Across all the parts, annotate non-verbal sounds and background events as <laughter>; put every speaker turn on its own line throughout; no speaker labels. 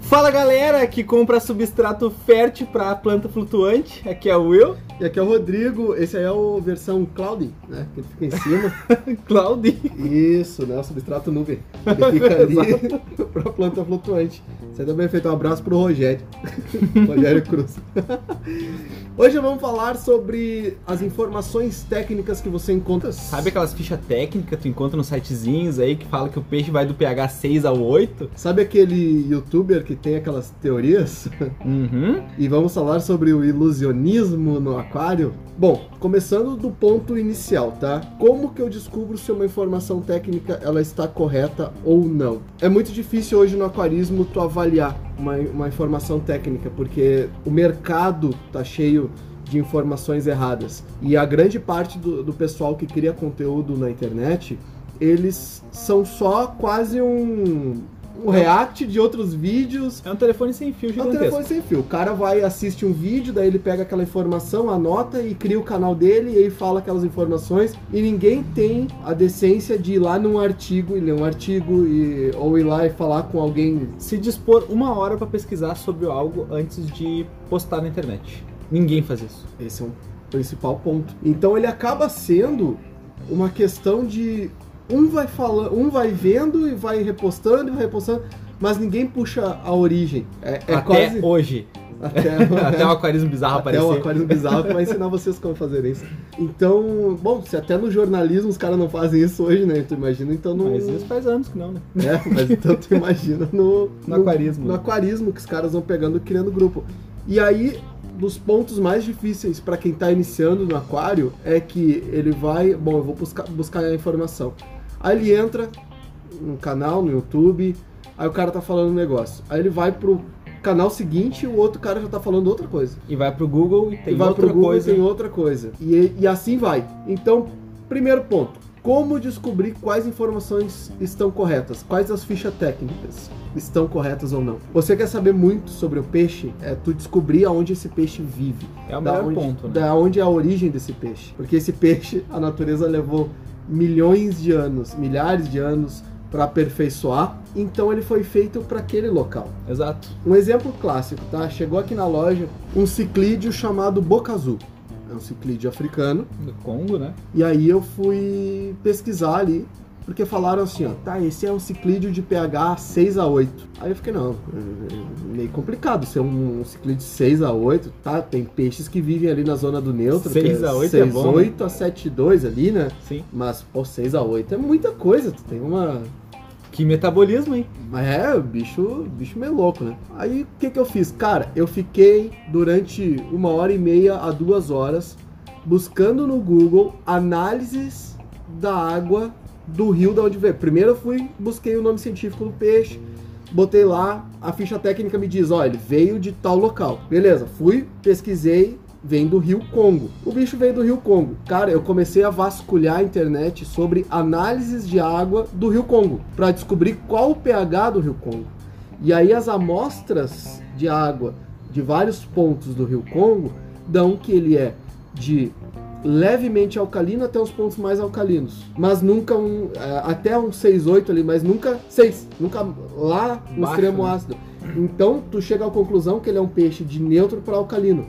Fala galera que compra substrato fértil para planta flutuante, aqui é o
<laughs>
Will,
E aqui é o Rodrigo, esse aí é a versão cloud, né? Que fica em cima.
Claudio.
<laughs> Isso, né? O substrato nuvem. <laughs> Ele fica ali pra planta flutuante. Isso aí deu bem feito. Um abraço pro <laughs> Rogério. Rogério Cruz. <laughs> Hoje vamos falar sobre as informações técnicas que você encontra.
Sabe aquelas fichas técnicas que tu encontra nos sitezinhos aí que fala que o peixe vai do pH 6 ao 8?
Sabe aquele youtuber que tem aquelas teorias?
Uhum.
E vamos falar sobre o ilusionismo no aquário? Bom, começando do ponto inicial, tá? Como que eu descubro se uma informação técnica ela está correta ou não? É muito difícil hoje no aquarismo tu avaliar uma, uma informação técnica, porque o mercado tá cheio de informações erradas. E a grande parte do, do pessoal que cria conteúdo na internet, eles são só quase um, um react de outros vídeos
É um telefone sem fio
é um
gigantesco.
telefone sem fio. O cara vai, assiste um vídeo, daí ele pega aquela informação, anota e cria o canal dele e aí fala aquelas informações. E ninguém tem a decência de ir lá num artigo e ler um artigo e, ou ir lá e falar com alguém.
Se dispor uma hora para pesquisar sobre algo antes de postar na internet. Ninguém faz isso.
Esse é um principal ponto. Então ele acaba sendo uma questão de um vai falando, um vai vendo e vai repostando e vai repostando, mas ninguém puxa a origem. É, é
Até
quase
hoje.
<laughs> até,
<laughs> Até o aquarismo bizarro
Até
aparecer.
o É um Aquário Bizarro que
<laughs>
vai ensinar vocês como fazer isso. Então, bom, se até no jornalismo os caras não fazem isso hoje, né? Tu imagina, então não.
Mas isso <laughs> faz anos que não, né?
É, mas então tu imagina no,
No aquarismo.
No aquarismo que os caras vão pegando e criando grupo. E aí, dos pontos mais difíceis para quem tá iniciando no aquário é que ele vai. Bom, eu vou buscar, buscar a informação. Aí ele entra no canal, no YouTube, aí o cara tá falando um negócio. Aí ele vai pro canal seguinte e o outro cara já tá falando outra coisa
E vai pro Google e tem
e vai
outra
pro Google
coisa.
e tem outra coisa. E, e assim vai. Então, primeiro ponto. Como descobrir quais informações estão corretas? Quais as fichas técnicas estão corretas ou não? Você quer saber muito sobre o peixe? É tu descobrir aonde esse peixe vive.
É o
da
melhor
onde,
ponto, né?
Da onde é a origem desse peixe. Porque esse peixe, a natureza levou milhões de anos, milhares de anos para aperfeiçoar. Então ele foi feito para aquele local.
Exato.
Um exemplo clássico, tá? Chegou aqui na loja um ciclídeo chamado Boca Azul. É um ciclídeo africano.
Do Congo, né?
E aí eu fui pesquisar ali, porque falaram assim, ó, tá, esse é um ciclídeo de pH 6 a 8. Aí eu fiquei, não, é meio complicado ser um ciclídeo de 6 a 8, tá? Tem peixes que vivem ali na zona do neutro.
6 a 8 é
6
bom, né?
8 a 7 2 ali, né?
Sim.
Mas, pô, 6 a 8 é muita coisa, tu tem uma...
Que metabolismo, hein?
Mas é, o bicho, o bicho meio louco, né? Aí o que, que eu fiz? Cara, eu fiquei durante uma hora e meia a duas horas buscando no Google análises da água do rio da onde veio. Primeiro eu fui, busquei o nome científico do peixe, botei lá, a ficha técnica me diz, ó, ele veio de tal local. Beleza, fui, pesquisei, vem do Rio Congo. O bicho veio do Rio Congo. Cara, eu comecei a vasculhar a internet sobre análises de água do Rio Congo, para descobrir qual o pH do Rio Congo. E aí as amostras de água de vários pontos do Rio Congo dão que ele é de levemente alcalino até os pontos mais alcalinos, mas nunca um é, até um 6,8 ali, mas nunca 6, nunca lá no
Baixo,
extremo
né?
ácido. Então tu chega à conclusão que ele é um peixe de neutro para alcalino,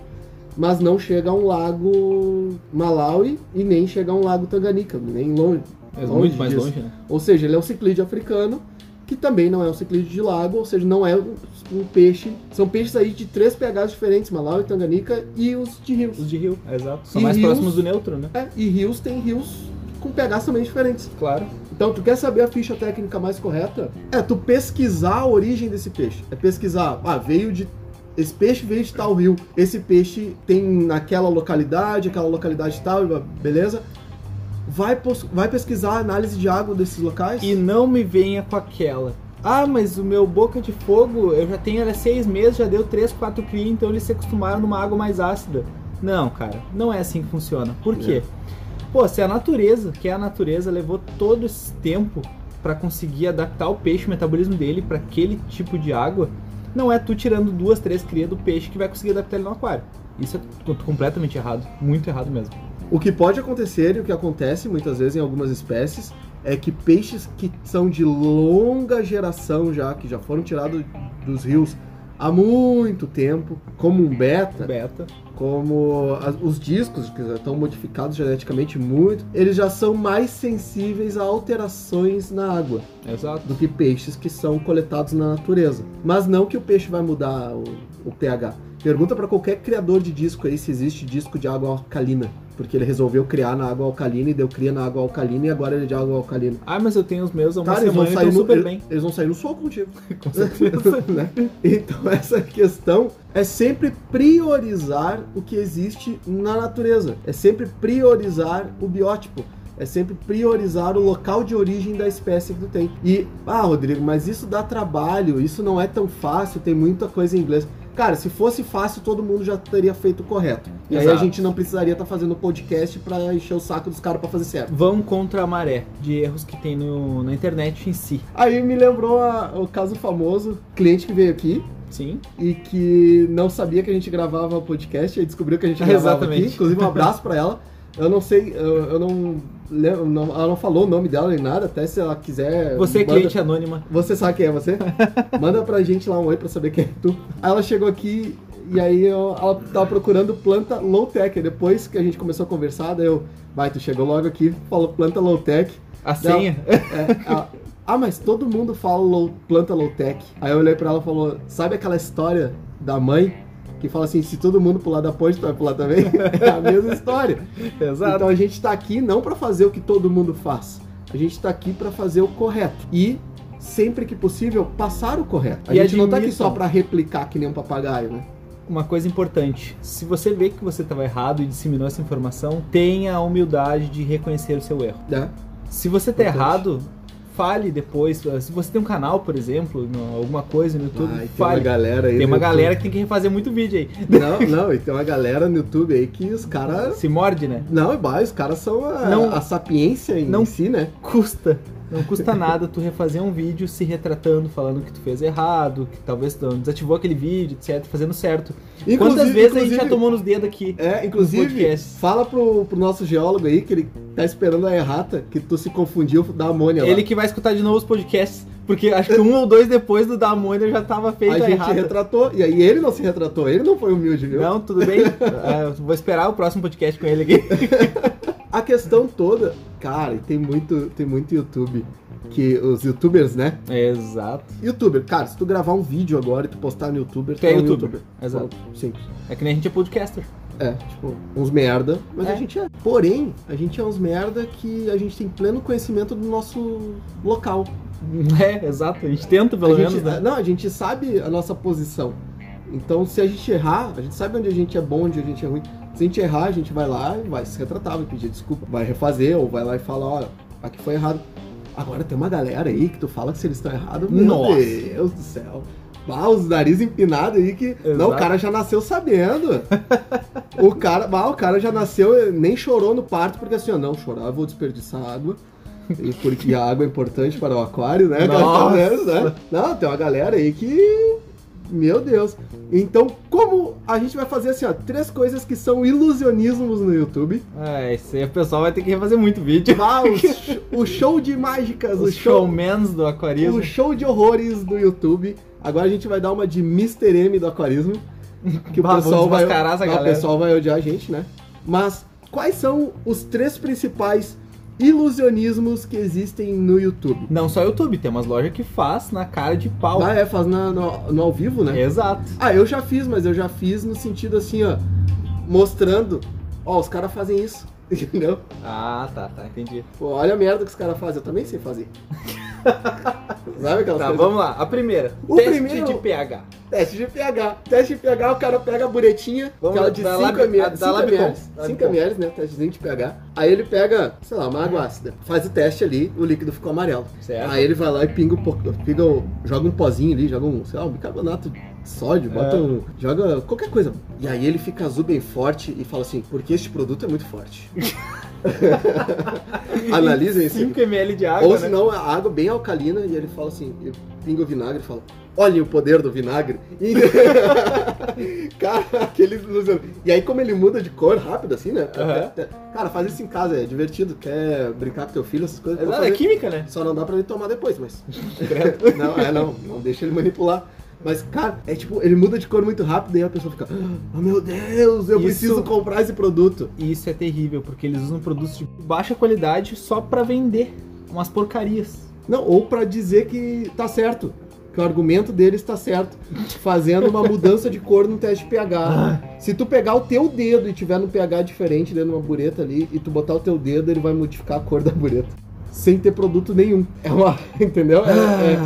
mas não chega a um lago Malawi e nem chega a um lago Tanganica, nem longe.
É
Longe
muito mais
disso.
longe, né?
Ou seja, ele é um ciclídeo africano, que também não é um ciclídeo de lago, ou seja, não é um, um peixe. São peixes aí de três pHs diferentes, Malawi, Tanganica e os de rios.
Os de rio, exato. São
E
mais
rios?
próximos do neutro, né?
É, e rios tem rios com pHs também diferentes.
Claro.
Então, tu quer saber a ficha técnica mais correta? É, tu pesquisar a origem desse peixe. É pesquisar, ah, veio de. Esse peixe veio de tal rio. Esse peixe tem naquela localidade, aquela localidade tal, beleza? Vai, pos- vai pesquisar a análise de água desses locais?
E não me venha com aquela. Ah, mas o meu boca de fogo, eu já tenho ela há seis meses, já deu três, quatro cria, então eles se acostumaram numa água mais ácida. Não, cara, não é assim que funciona. Por quê? Pô, se a natureza, que é a natureza, levou todo esse tempo pra conseguir adaptar o peixe, o metabolismo dele pra aquele tipo de água, não é tu tirando duas, três crias do peixe que vai conseguir adaptar ele no aquário. Isso é t- completamente errado, muito errado mesmo.
O que pode acontecer e o que acontece muitas vezes em algumas espécies é que peixes que são de longa geração já, que já foram tirados dos rios há muito tempo, como um beta,
Beta.
como as- os discos que já estão modificados geneticamente muito, eles já são mais sensíveis a alterações na água
Exato.
do que peixes que são coletados na natureza. Mas não que o peixe vai mudar o, o pH. Pergunta para qualquer criador de disco aí se existe disco de água alcalina. Porque ele resolveu criar na água alcalina e deu cria na água alcalina e agora ele é de água alcalina.
Ah, mas eu tenho os meus há uma
Cara, eles vão,
semana e
Tá, sair
estão
no,
super
eles- <laughs>
bem.
eles vão sair no sol contigo.
Com <laughs> certeza.
né? Então essa questão é sempre priorizar o que existe na natureza. É sempre priorizar o biótipo. É sempre priorizar o local de origem da espécie que tu tem. E, ah, Rodrigo, mas isso dá trabalho, isso não é tão fácil, tem muita coisa em inglês. Cara, se fosse fácil, todo mundo já teria feito o correto. E aí a
Exato.
gente não precisaria estar fazendo podcast pra encher o saco dos caras pra fazer certo.
Vão contra a maré de erros que tem no, na internet em si.
Aí me lembrou a- o caso famoso, cliente que veio aqui,
Sim.
e que não sabia que a gente gravava o podcast e descobriu
<laughs>
que a gente
Ah,
gravava
exatamente.
aqui. Inclusive, um abraço pra ela. Eu não sei, eu, eu não, lembro, não- Ela não falou o nome dela nem nada, até se ela quiser.
Você é
manda-
cliente anônima.
Você sabe quem
<laughs>
é você? Manda pra gente lá um oi pra saber quem é tu. Aí ela chegou aqui e aí eu- ela tava procurando planta low-tech. Aí Depois que a gente começou a conversar, daí eu. Vai, tu chegou logo aqui, falou planta low-tech.
A
<laughs>
senha.
É, ela, ah, mas todo mundo fala low- planta low-tech. Aí eu olhei pra ela e falou, sabe aquela história da mãe? Que fala assim, se todo mundo pular da ponte, tu vai pular também? <laughs> É a mesma história.
Exato.
Então a gente tá aqui não pra fazer o que todo mundo faz. A gente tá aqui pra fazer o correto. E, sempre que possível, passar o correto. A
E
gente não tá aqui
admitam.
só pra replicar que nem um papagaio, né?
Uma coisa importante: se você vê que você estava errado e disseminou essa informação, tenha a humildade de reconhecer o seu erro.
Né?
Se você tá
Importante.
errado, fale depois. Se você tem um canal, por exemplo, no- alguma coisa no YouTube,
Ai, tem uma
fale.
galera aí
Tem
no
uma
YouTube.
galera que tem que refazer muito vídeo aí.
Não, não, e tem uma galera no YouTube aí que os caras...
Se morde, né?
Não, e bah, os caras são a,
Não-
a sapiência em
não-
si, né?
Custa. Não custa nada tu refazer um vídeo se retratando, falando que tu fez errado, que talvez tu desativou aquele vídeo, etc, fazendo certo. Quantas vezes a gente já tomou nos dedos aqui?
É,
nos
inclusive,
podcasts?
fala pro, pro nosso geólogo aí que ele tá esperando a errata, que tu se confundiu da amônia lá.
Ele que vai escutar de novo os podcasts, porque acho que um ou dois depois do da Amônia já tava feito
a
a
gente
errada.
retratou, e aí ele não se retratou, ele não foi humilde, viu?
Não, tudo
<laughs>
bem. Ah, eu vou esperar o próximo podcast com ele aqui.
A questão toda, cara, e tem muito, tem muito YouTube, que os youtubers, né?
Exato.
Youtuber, cara, se tu gravar um vídeo agora e tu postar no youtuber,
Tu é
tu um
youtuber. Exato.
Simples.
É que nem a gente é podcaster. <laughs>
É, tipo, uns merda, mas
É.
a gente é. Porém, a gente é uns merda que a gente tem pleno conhecimento do nosso local.
É, exato. A gente tenta, pelo
a
menos,
gente, é.
né?
Não, a gente sabe a nossa posição. Então, se a gente errar, a gente sabe onde a gente é bom, onde a gente é ruim. Se a gente errar, a gente vai lá e vai se retratar, vai pedir desculpa, vai refazer, ou vai lá e fala, ó, aqui foi errado. Agora tem uma galera aí que tu fala que se eles estão errados, meu
Nossa.
Deus do céu. Bah, os nariz empinado aí que. Não, o
Exato.
cara já nasceu sabendo. o cara, bah, o cara já nasceu, nem chorou no parto, porque assim, ó, não, chorar, eu vou desperdiçar água. E porque a água é importante para o aquário, né?
Nossa.
né? Não, tem uma galera aí que. Meu Deus. Então, como a gente vai fazer assim, ó, três coisas que são ilusionismos no YouTube.
É, isso aí o pessoal vai ter que refazer muito vídeo.
Ah,
<laughs>
o, sh- o show de mágicas, o
Os
show,
showmans do aquarismo.
o show de horrores do YouTube. Agora a gente vai dar uma de Mr. M do aquarismo. Que o
Bah, vamos
pessoal vai.
desmascarar essa
Não, o
galera.
pessoal vai odiar a gente, né? Mas quais são os três principais ilusionismos que existem no YouTube?
Não só YouTube, tem umas lojas que faz na cara de pau.
Ah, é, faz na- no, no ao vivo, né?
Exato.
Ah, eu já fiz, mas eu já fiz no sentido assim, ó, mostrando, ó, os caras fazem isso, <laughs> entendeu?
Ah, tá, tá, entendi.
Pô, olha a merda que os caras fazem, eu também sei fazer. Sabe aquelas
Tá,
coisas?
vamos lá. A primeira.
O
teste
primeiro-
de
<laughs>
pH.
Teste de pH. Teste de pH, o cara pega a buretinha,
Vamos
aquela
da-
de
da
5
Lab- a-
ml,
da
5
Labcom.
ml,
Labcom.
5 ml, né, testezinho de pH. Aí ele pega, sei lá, uma água ácida, faz o teste ali, o líquido ficou amarelo.
Certo?
Aí ele vai lá e pinga um pouco, pinga, o- joga um pozinho ali, joga um, sei lá, um bicarbonato de sódio, bota
É.
um, joga qualquer coisa. E aí ele fica azul bem forte e fala assim, porque este produto é muito forte. Analisem isso.
5 ml de água,
Ou
né?
senão a água bem alcalina e ele fala assim, eu pingo o vinagre e fala, olhem o poder do vinagre. E... <laughs> cara, aquele ilusão. E aí como ele muda de cor rápido assim, né?
Aham.
Cara, faz isso em casa, é divertido, quer brincar com teu filho, essas coisas. Vou
Exato, é
fazer.
química, né?
Só <laughs> não dá pra ele tomar depois, mas.
<laughs> Credo.
Não, é não. Não deixa ele manipular. Mas, cara, é tipo, ele muda de cor muito rápido e a pessoa fica, oh meu Deus, eu
Isso-
preciso comprar esse produto.
E isso é terrível, porque eles usam produtos de baixa qualidade só pra vender umas porcarias.
Não, ou pra dizer que tá certo. Que o argumento deles tá certo. Fazendo uma mudança de cor no teste de pH. Se tu pegar o teu dedo e tiver no pH diferente dentro de uma bureta ali, e tu botar o teu dedo, ele vai modificar a cor da bureta. Sem ter produto nenhum. É uma. <laughs> Entendeu? É- é-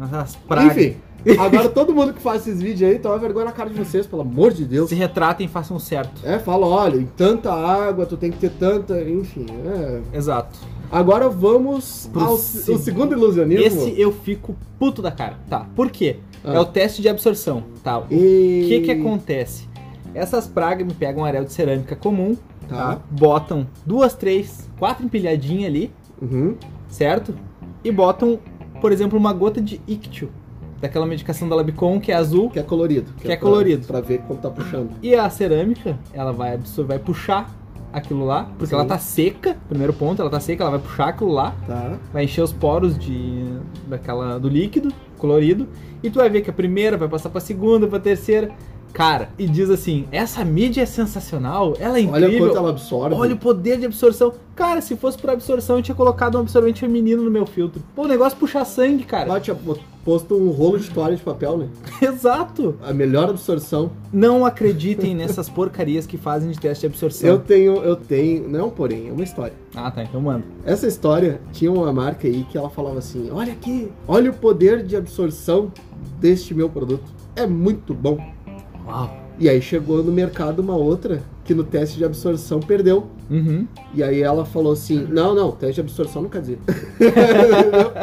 Ah, As pragas.
Enfim. Agora todo mundo que faz esses vídeos aí, toma vergonha na cara de vocês, pelo amor de Deus.
Se retratem e façam certo.
É, fala, olha, em tanta água, tu tem que ter tanta. Enfim, é.
Exato.
Agora vamos
Pro
ao
se-
se- o segundo ilusionismo.
Esse eu fico puto da cara. Tá, por quê?
Ah.
É o teste de absorção, tá? O
E...
que que acontece? Essas pragas me pegam um areal de cerâmica comum,
Tá.
botam duas, três, quatro empilhadinhas ali,
Uhum.
certo? E botam, por exemplo, uma gota de ictio, daquela medicação da Labicon que é azul,
Que é colorido.
Que é colorido.
Pra, pra ver como tá puxando.
E a cerâmica, ela vai absorver, vai puxar aquilo lá, porque
Sim.
ela tá seca, primeiro ponto, ela tá seca, ela vai puxar aquilo lá,
Tá.
vai encher os poros de daquela do líquido colorido, e tu vai ver que a primeira vai passar pra segunda, pra terceira. Cara, e diz assim: "Essa mídia é sensacional, ela é
Olha
incrível.
quanto ela absorve.
Olha o poder de absorção. Cara, se fosse por absorção, eu tinha colocado um absorvente feminino no meu filtro. Pô, o negócio é puxar sangue, cara.
Ela tinha posto um rolo de toalha de papel, né?
<laughs> Exato.
A melhor absorção.
Não acreditem nessas porcarias que fazem de teste de absorção.
Eu tenho, eu tenho. Não, porém, é uma história.
Ah, tá, então manda.
Essa história tinha uma marca aí que ela falava assim: olha aqui, olha o poder de absorção deste meu produto. É muito bom.
Uau.
E aí chegou no mercado uma outra que no teste de absorção perdeu.
Uhum.
E aí ela falou assim: não, não, teste de absorção não quer dizer. <laughs>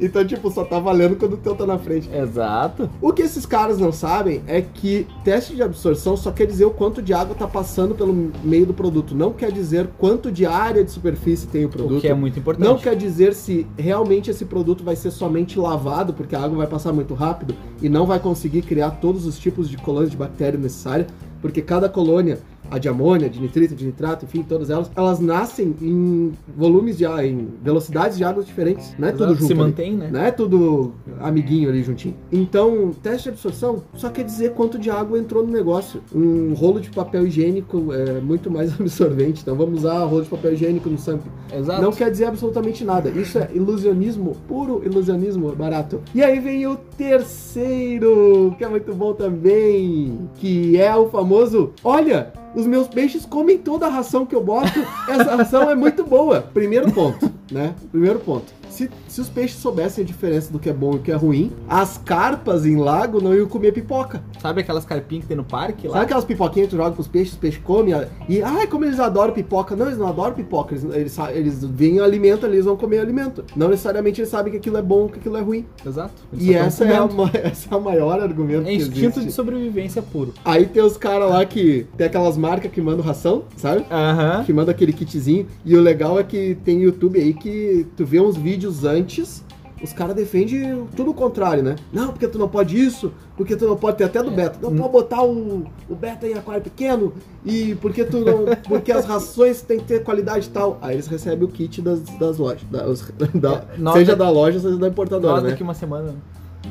então, tipo, só tá valendo quando o teu tá na frente.
Exato.
O que esses caras não sabem é que teste de absorção só quer dizer o quanto de água tá passando pelo meio do produto. Não quer dizer quanto de área de superfície tem o produto.
O que é muito importante.
Não quer dizer se realmente esse produto vai ser somente lavado, porque a água vai passar muito rápido e não vai conseguir criar todos os tipos de colônias de bactéria necessárias, porque cada colônia, a de amônia, de nitrito, de nitrato, enfim, todas elas, elas nascem em volumes de ar, em velocidades de água diferentes, não é
Exato,
tudo junto.
Se
ali.
mantém, né?
Não é tudo amiguinho ali juntinho. Então, teste de absorção só quer dizer quanto de água entrou no negócio. Um rolo de papel higiênico é muito mais <laughs> absorvente. Então, vamos usar rolo de papel higiênico no sample.
Exato.
Não quer dizer absolutamente nada. Isso é ilusionismo, puro ilusionismo barato. E aí vem o terceiro, que é muito bom também, que é o famoso: olha, os meus peixes comem toda a ração que eu boto. Essa ração é muito boa. Primeiro ponto, né? Primeiro ponto. Se, se os peixes soubessem a diferença do que é bom e o que é ruim, as carpas em lago não iam comer pipoca.
Sabe aquelas carpinhas que tem no parque lá?
Sabe aquelas pipoquinhas que tu joga pros peixes, os peixes comem a- e, ai, como eles adoram pipoca. Não, eles não adoram pipoca, eles, eles, sa- eles veem o alimento ali, eles vão comer o alimento. Não necessariamente eles sabem que aquilo é bom, que aquilo é ruim.
Exato. Eles
e
só tão
essa é, a,
comendo.
ma- <laughs> essa é o maior argumento
É
que
instinto
existe.
de sobrevivência puro.
Aí tem os caras lá que tem aquelas marcas que mandam ração, sabe?
Aham.
Que manda aquele kitzinho. E o legal é que tem YouTube aí que tu vê uns vídeos antes... Os caras defendem tudo o contrário, né? Não, porque tu não pode isso, porque tu não pode ter até do beta. Não
Hum.
pode botar o, o beta em aquário pequeno e porque tu não. Porque as rações têm que ter qualidade e tal. Aí eles recebem o kit das, das lojas. da- os- <laughs> da-
É, Nós
seja
daqui-
da loja, seja da importadora.
Nós
né?
daqui uma semana.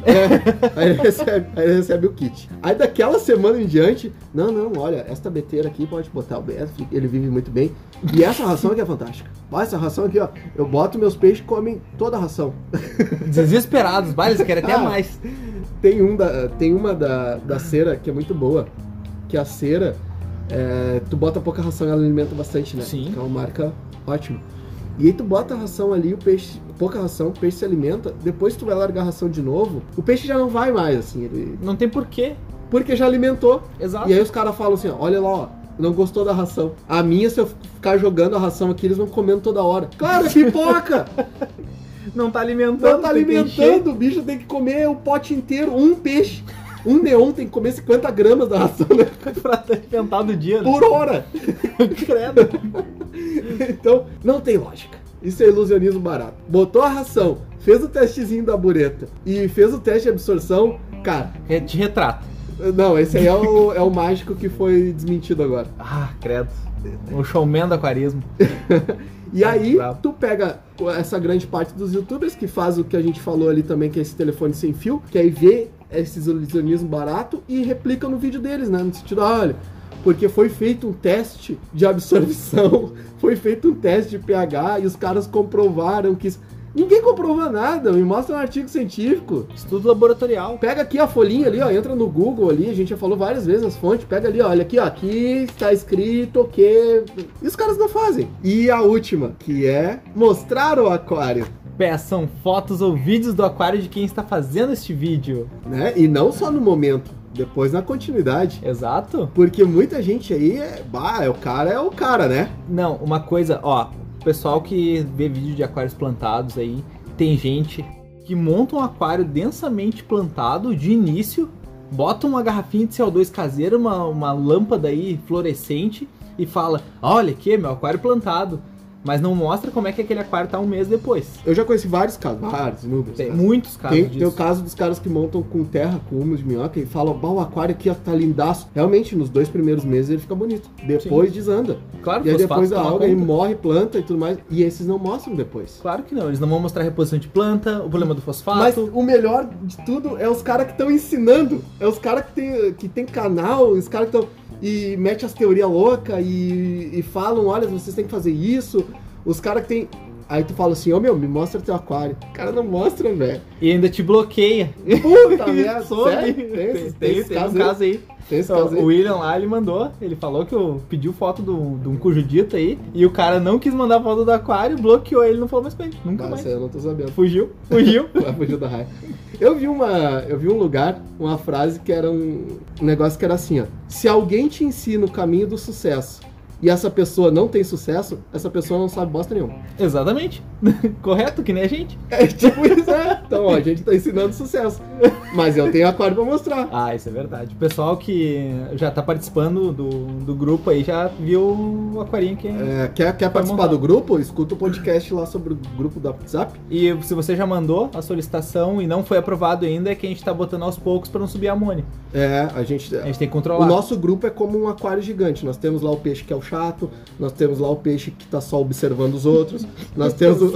É, aí, ele recebe, aí ele recebe o kit. Aí daquela semana em diante, não, não, olha, esta beteira aqui pode botar o Beto, ele vive muito bem. E essa ração aqui é fantástica. Ó, essa ração aqui, ó, eu boto meus peixes comem toda a ração.
Desesperados, vai, eles querem até
Ah.
mais.
Tem, um da, tem uma da, da cera que é muito boa, que a cera, é, tu bota pouca ração e ela alimenta bastante, né?
Sim.
Que é uma marca ótima. E aí tu bota a ração ali, o peixe, pouca ração, o peixe se alimenta, depois tu vai largar a ração de novo, o peixe já não vai mais, assim, ele...
Não tem porquê.
Porque já alimentou,
Exato.
E aí os caras falam assim, ó, olha lá, ó, não gostou da ração. A minha, se eu ficar jogando a ração aqui, eles vão comendo toda hora. Claro, é pipoca!
Não tá alimentando.
<laughs> Não tá
tem que encher.
alimentando, o bicho tem que comer o pote inteiro, um peixe. Um neon tem que comer 50 gramas da ração né,
<laughs> pra tá alimentado o dia, né?
<laughs> por hora.
<laughs> Credo.
Então, não tem lógica. Isso é ilusionismo barato. Botou a ração, fez o testezinho da bureta e fez o teste de absorção, cara.
Re- Te retrata.
Não, esse aí é o, é o mágico que foi desmentido agora.
Ah, credo. O showman do aquarismo.
E aí,
brabo.
tu pega essa grande parte dos youtubers que faz o que a gente falou ali também, que é esse telefone sem fio, que aí vê esse ilusionismo barato e replica no vídeo deles, né? No sentido, ah, olha, porque foi feito um teste de absorção, <laughs> foi feito um teste de pH e os caras comprovaram que isso... Ninguém comprova nada, me mostra um artigo científico.
Estudo laboratorial.
Pega aqui a folhinha ali, ó, entra no Google ali, a gente já falou várias vezes as fontes, pega ali, ó, olha aqui, ó, aqui está escrito que... E os caras não fazem. E a última, que é mostrar o aquário,
Peçam fotos ou vídeos do aquário de quem está fazendo este vídeo.
né? E não só no momento, depois na continuidade.
Exato?
Porque muita gente aí é, bah, é o cara, é o cara, né?
Não, uma coisa, ó, o pessoal que vê vídeo de aquários plantados aí, tem gente que monta um aquário densamente plantado de início, bota uma garrafinha de CO2 caseira, uma, uma lâmpada aí fluorescente e fala: Olha aqui, é meu aquário plantado. Mas não mostra como é que aquele aquário tá um mês depois.
Eu já conheci vários casos, vários, inúmeros.
Tem
casos.
muitos casos
Tem, tem o
disso.
caso dos caras que montam com terra, com humus de minhoca e falam, bah, o aquário aqui ó, tá lindaço. Realmente, nos dois primeiros meses ele fica bonito. Depois desanda.
Claro
E aí depois
fosfato
a
toma
alga é aí
conta.
morre, planta e tudo mais. E esses não mostram depois.
Claro que não, eles não vão mostrar a reposição de planta, o problema do
Mas
fosfato.
o melhor de tudo é os caras que estão ensinando. É os caras que tem, que tem canal, os caras que estão. E mete as teorias loucas e, e falam: olha, vocês têm que fazer isso. Os caras que tem. Aí tu fala assim: ô meu, me mostra teu aquário. O cara não mostra, velho.
E ainda te bloqueia.
<laughs>
<laughs>
Puta merda,
Soube.
sério?
Tem,
esses-
tem-
esses
tem um
casos aí?
caso aí.
Tem esse
Ó,
caso aí?
O William lá, ele mandou, ele falou que eu pediu foto do- de um cujudito aí, e o cara não quis mandar foto do aquário, bloqueou ele, não falou mais pra ele, nunca
Cara,
mais.
isso aí eu não tô sabendo.
Fugiu, fugiu. <laughs>
Vai fugir da raia. Eu vi uma, eu vi um lugar, uma frase que era um, um negócio que era assim, ó. Se alguém te ensina o caminho do sucesso e essa pessoa não tem sucesso, essa pessoa não sabe bosta nenhuma. <laughs>
Exatamente. <laughs> Correto, que nem a gente.
É tipo isso, é. Então, ó, a gente tá ensinando sucesso. Mas eu tenho aquário pra mostrar.
Ah, isso é verdade. O pessoal que já tá participando do, do grupo aí já viu o aquarinho que
É, quer quer participar do grupo? Escuta o podcast lá sobre o grupo do WhatsApp.
E se você já mandou a solicitação e não foi aprovado ainda, é que a gente tá botando aos poucos pra não subir a amônia.
É, a gente.
A gente tem que
O
controlar.
nosso grupo é como um aquário gigante. Nós temos lá o peixe que é o chato, nós temos lá o peixe que tá só observando os outros, nós temos o,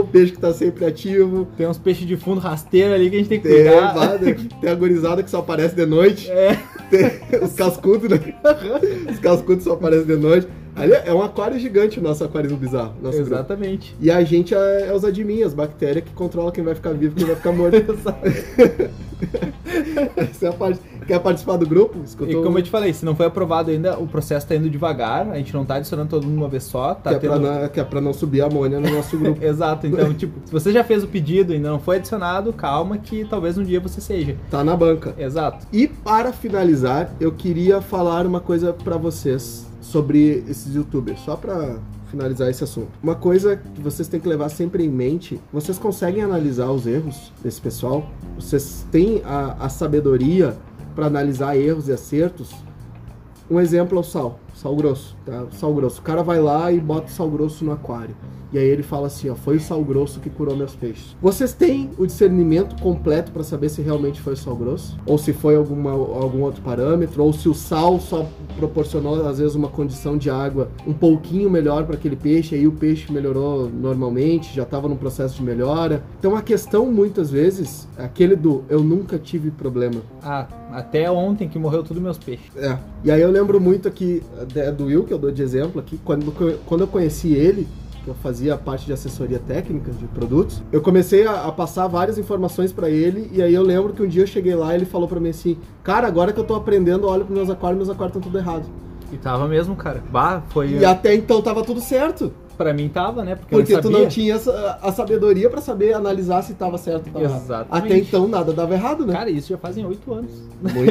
o <laughs> peixe que tá sempre ativo,
Tem uns peixes de fundo rasteiro ali que a gente tem que
tem,
cuidar.
a- tem a gorizada que só aparece de noite,
É.
tem os cascudos, né? Os cascudos só aparecem de noite. Ali é um aquário gigante o nosso aquarismo bizarro. Nosso
<laughs>
grupo.
Exatamente.
E a gente é, é os admin, as bactérias que controlam quem vai ficar vivo e quem vai ficar morto. <laughs>
<laughs>
Essa é a parte. Quer participar do grupo?
E
Escutou? um?
como eu te falei, se não foi aprovado ainda, o processo tá indo devagar, a gente não tá adicionando todo mundo uma vez só, tá
que, é pra
tendo.
não, que é pra não subir a amônia no nosso grupo.
Exato, então, tipo, se você já fez o pedido e ainda não foi adicionado, calma que talvez um dia você seja.
Tá na banca.
Exato.
E para finalizar, eu queria falar uma coisa pra vocês sobre esses youtubers, só pra finalizar esse assunto. Uma coisa que vocês têm que levar sempre em mente, vocês conseguem analisar os erros desse pessoal? Vocês têm a, a sabedoria pra analisar erros e acertos? Um exemplo é o sal, sal grosso, tá? Sal grosso. O cara vai lá e bota o sal grosso no aquário. E aí ele fala assim, ó, foi o sal grosso que curou meus peixes. Vocês têm o discernimento completo para saber se realmente foi o sal grosso? Ou se foi alguma, algum outro parâmetro? Ou se o sal só proporcionou, às vezes, uma condição de água um pouquinho melhor para aquele peixe, aí o peixe melhorou normalmente, já estava num processo de melhora. Então a questão, muitas vezes, é aquele do eu nunca tive problema.
Ah, até ontem que morreu tudo meus peixes.
É. E aí eu lembro muito aqui é, do Will, que eu dou de exemplo aqui, quando, quando eu conheci ele, que eu fazia parte de assessoria técnica de produtos, eu comecei a, a passar várias informações pra ele, e aí eu lembro que um dia eu cheguei lá e ele falou pra mim assim, cara, agora que eu tô aprendendo, eu olho pros meus aquários, meus aquários estão tudo errado.
E tava mesmo, cara. Bah, foi.
E até então tava tudo certo,
Pra mim tava, né? Porque,
porque
eu não
tu
sabia.
não tinha essa- a sabedoria pra saber analisar se tava certo ou errado.
Exatamente.
Até então nada dava errado, né?
Cara, isso já fazem oito anos.
Muito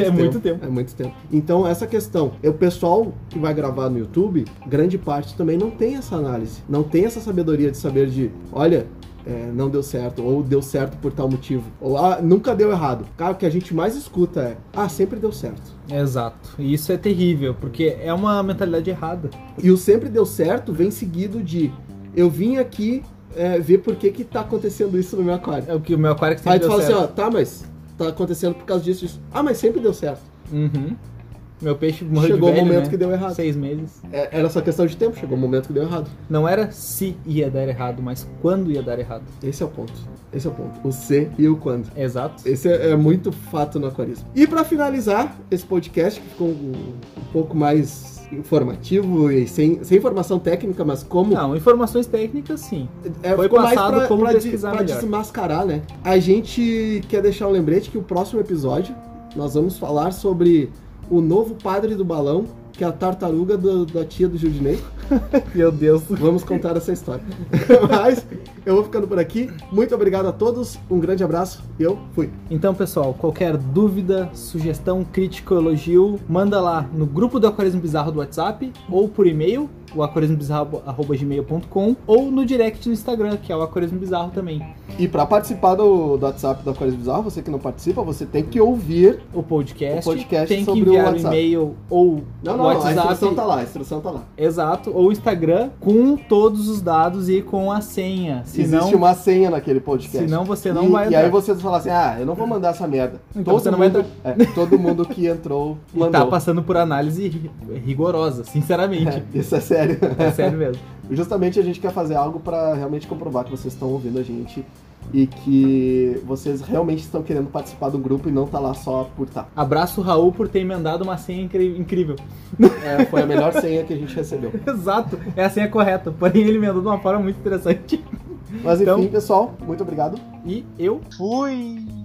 <laughs> é muito tempo.
É muito tempo. Então, essa questão. é O pessoal que vai gravar no YouTube, grande parte também não tem essa análise. Não tem essa sabedoria de saber de, olha. é, não deu certo, ou deu certo por tal motivo, ou ah, nunca deu errado. Cara, o que a gente mais escuta é, ah, sempre deu certo.
Exato. E isso é terrível, porque é uma mentalidade errada.
E o sempre deu certo vem seguido de, eu vim aqui é, ver por que que tá acontecendo isso no meu aquário.
É o que o meu aquário que sempre
Aí tu
deu
fala assim,
certo.
ó, tá, mas tá acontecendo por causa disso, disso. Ah, mas sempre deu certo.
Uhum. Meu peixe morreu
Chegou o
de velho,
momento
né?
que deu errado.
Seis meses.
É, Era só questão de tempo, chegou o momento que deu errado.
Não era se ia dar errado, mas quando ia dar errado.
Esse é o ponto. Esse é o ponto. O se e o quando.
Exato.
Esse é, é muito fato no aquarismo. E pra finalizar esse podcast, que ficou um, um pouco mais informativo e sem, sem informação técnica, mas como
Não, informações técnicas sim.
É,
Foi
ficou
passado
mais pra,
como
pra de-
pesquisar
pra
melhor.
desmascarar, né? A gente quer deixar um lembrete que o próximo episódio nós vamos falar sobre o novo padre do balão, que é a tartaruga do- da tia do <laughs> Judinei.
Meu Deus.
Vamos contar essa <laughs> história. Mas eu vou ficando por aqui. Muito obrigado a todos, um grande abraço. Eu fui.
Então, pessoal, qualquer dúvida, sugestão, crítica ou elogio, manda lá no grupo do Aquarismo Bizarro do WhatsApp ou por e-mail, o aquarismobizarro.gmail.com ou no direct no Instagram, que é o Aquarismo Bizarro também.
E para participar do, do WhatsApp da Aquarius Bizarro, você que não participa, você tem que ouvir.
O podcast,
O podcast
tem que
sobre o
enviar o,
WhatsApp.
e-mail ou
Não,
o
não, não, a
WhatsApp.
instrução tá lá, a instrução tá lá.
Exato, ou Instagram com todos os dados e com a senha. Se
Existe
não,
uma senha naquele podcast.
se não você não
e,
vai
e
entrar.
aí vocês falam assim, ah, eu não vou mandar essa merda.
Então você não vai
mundo, é, todo mundo que entrou
<laughs> E tá
mandou.
passando por análise ri- rigorosa, sinceramente.
É, isso é sério. <laughs>
É sério mesmo.
Justamente a gente quer fazer algo pra realmente comprovar que vocês estão ouvindo a gente e que vocês realmente estão querendo participar do grupo e não tá lá só por tá.
Abraço, Raul, por ter emendado uma senha incri- incrível. <laughs>
É, foi a melhor senha que a gente recebeu.
Exato, é a senha correta. Porém, ele emendou de uma forma muito interessante.
Mas enfim,
Então-
pessoal, muito obrigado.
E eu
Fui!